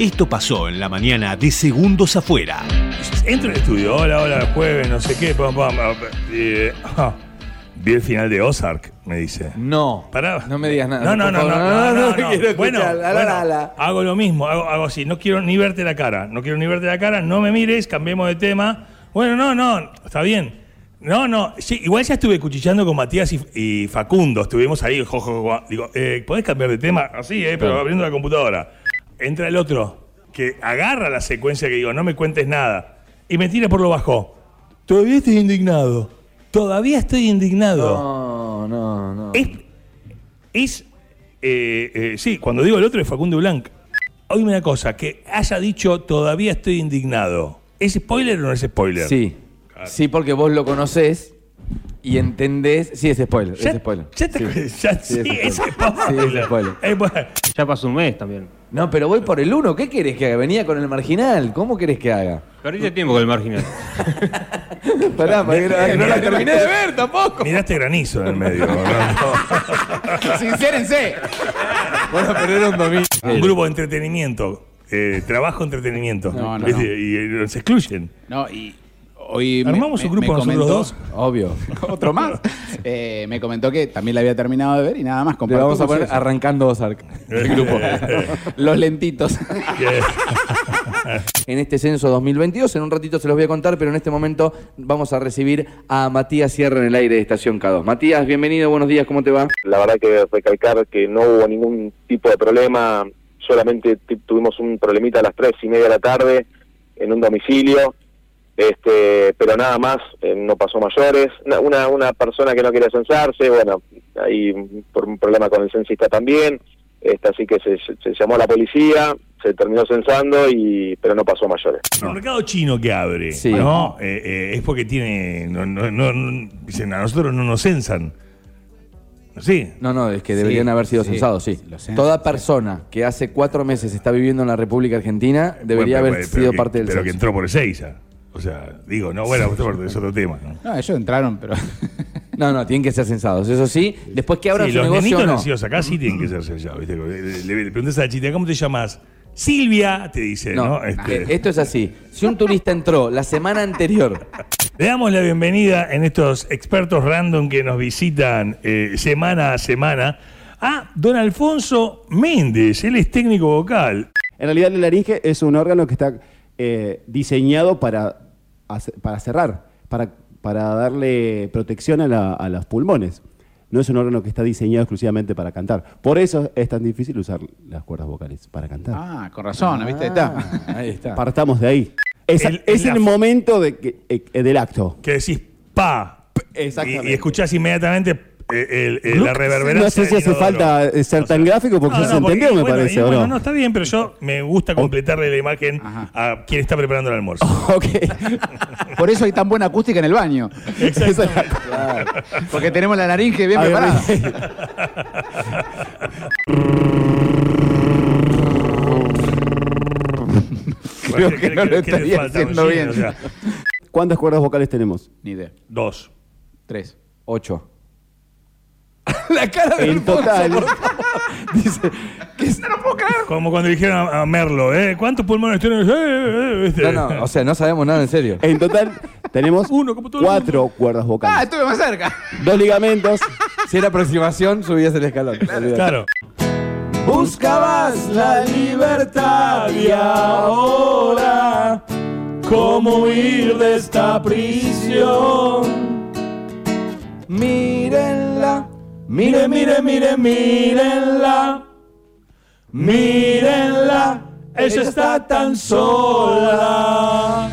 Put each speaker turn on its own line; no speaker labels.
Esto pasó en la mañana de Segundos Afuera.
Entro al estudio, hola, hola, jueves, no sé qué, pam, pam. ah, eh, ah, vi el final de Ozark, me dice.
No.
Pará.
No me digas nada.
No, no, no,
por
no,
favor.
no, no, no.
quiero
Bueno,
escuchar. La, la,
bueno,
la, la.
hago lo mismo, hago, hago así, no quiero ni verte la cara, no quiero ni verte la cara, no me mires, cambiemos de tema. Bueno, no, no, está bien. No, no, sí, igual ya estuve cuchicheando con Matías y, y Facundo, estuvimos ahí, jo, jo, jo, digo, eh, ¿podés cambiar de tema? Así, eh, pero abriendo la computadora. Entra el otro, que agarra la secuencia que digo, no me cuentes nada, y me tira por lo bajo. Todavía estoy indignado, todavía estoy indignado.
No, no, no.
Es. es eh, eh, sí, cuando digo el otro es Facundo Blanc. Hoy una cosa, que haya dicho todavía estoy indignado. ¿Es spoiler o no es spoiler?
Sí. Sí, porque vos lo conocés y entendés. Sí, es spoiler.
Ya,
es spoiler.
ya te-
Sí.
ya-
Sí,
sí,
es
es
spoiler.
spoiler.
Sí, es spoiler.
Eh, bueno,
Ya pasó un mes también.
No, pero voy por el uno. ¿Qué querés que haga? Venía con el marginal. ¿Cómo querés que haga?
Perdiste tiempo con el marginal.
Pará, porque no, no la terminé de ver tampoco.
miraste este granizo en el medio. ¿no?
Sincérense. Van a perder un domingo.
Un grupo de entretenimiento. eh, trabajo entretenimiento.
No, no,
¿Viste?
no.
Y, eh, nos excluyen.
No, y hoy. me-
Armamos
me-
un grupo
me
nosotros
comentó-
dos.
Obvio.
Otro más. Eh, me comentó que también la había terminado de ver y nada más.
Le
compartió
vamos a
con
poner
eso.
arrancando Ozark. El grupo.
Los lentitos.
Que-
en este censo 2022. En un ratito se los voy a contar, pero en este momento vamos a recibir a Matías Sierra en el aire de Estación K2. Matías, bienvenido, buenos días, ¿cómo te va?
La verdad que recalcar que no hubo ningún tipo de problema, solamente tu- tuvimos un problemita a las tres y media de la tarde en un domicilio, este, pero nada más, eh, no pasó mayores. Una- Una, una persona que no quería censarse, bueno, ahí por un problema con el censista también, este, así que se, se- se llamó a la policía, se terminó censando, y, pero no pasó mayores.
El mercado chino que abre,
Sí.
¿no? Eh, eh, es porque tiene. No, no- no- no- dicen, a nosotros no nos censan. ¿Sí?
No, no, es que deberían haber sido
sí,
censados, sí.
lo censan,
Toda
sí.
persona que hace cuatro meses está viviendo en la República Argentina debería
Bueno,
haber
pero- pero
sido
que-
parte del
Pero que
censo.
entró por Ezeiza. O sea, digo, no, bueno, es otro tema. ¿no?
No, ellos entraron, pero.
No, no, tienen que ser censados. Eso sí, después que abran
Sí,
su
los
negocio
nenitos
o no.
nacidos acá sí tienen que ser sellados. ¿viste? Le, le- le preguntas a la chita, ¿cómo te llamas? Silvia, te dice, ¿no?
No,
Este,
eh, esto es así. Si un turista entró la semana anterior,
Le damos la bienvenida en estos expertos random que nos visitan eh, semana a semana a don Alfonso Méndez, él es técnico vocal.
En realidad la laringe es un órgano que está eh, diseñado para, hace- para cerrar, para, para darle protección a, la- a los pulmones. No es un órgano que está diseñado exclusivamente para cantar. Por eso es tan difícil usar las cuerdas vocales para cantar.
Ah, con razón, ¿viste? Está.
Ah, ahí está.
Partamos de ahí. Es
El-
es
la-
el momento de que- eh, del acto.
que decís pa
exactamente.
y, y escuchás inmediatamente eh, el- el- la reverberancia.
No sé si
del
hace
inodoro.
falta eh, ser tan gráfico porque
No,
ya
no,
se
porque-
entendió, me
bueno, y
parece, ¿o
bueno,
no? Oh.
no, está bien, pero yo me gusta completarle la imagen
Ajá.
a quien está preparando el almuerzo.
Ok.
Ah.
Por eso hay tan buena acústica en el baño. Porque tenemos la laringe bien
A ver,
preparada.
eh.
Creo
¿Qué-
que
qué-
no lo
qué le
estaría
falta,
haciendo
Rollino?
bien.
O sea,
¿Cuántas cuerdas vocales tenemos?
Ni idea.
dos.
Tres.
Ocho. la cara de
En total.
Dice, ¿qué es?
Como cuando dijeron a, a Merlo, ¿eh? ¿Cuántos pulmones tienes? Eh, eh, eh, ¿viste?
No, no, o sea, no sabemos nada en serio.
En total tenemos
Uno, como todo el
cuatro cuerdas
Ah,
vocales.
estuve más cerca.
Dos ligamentos.
Si era aproximación, subías el escalón. Olvídate.
Claro.
Buscabas la libertad y ahora cómo huir de esta prisión. Mírenla, miren, miren, miren, mírenla. Mírenla, ella está tan sola.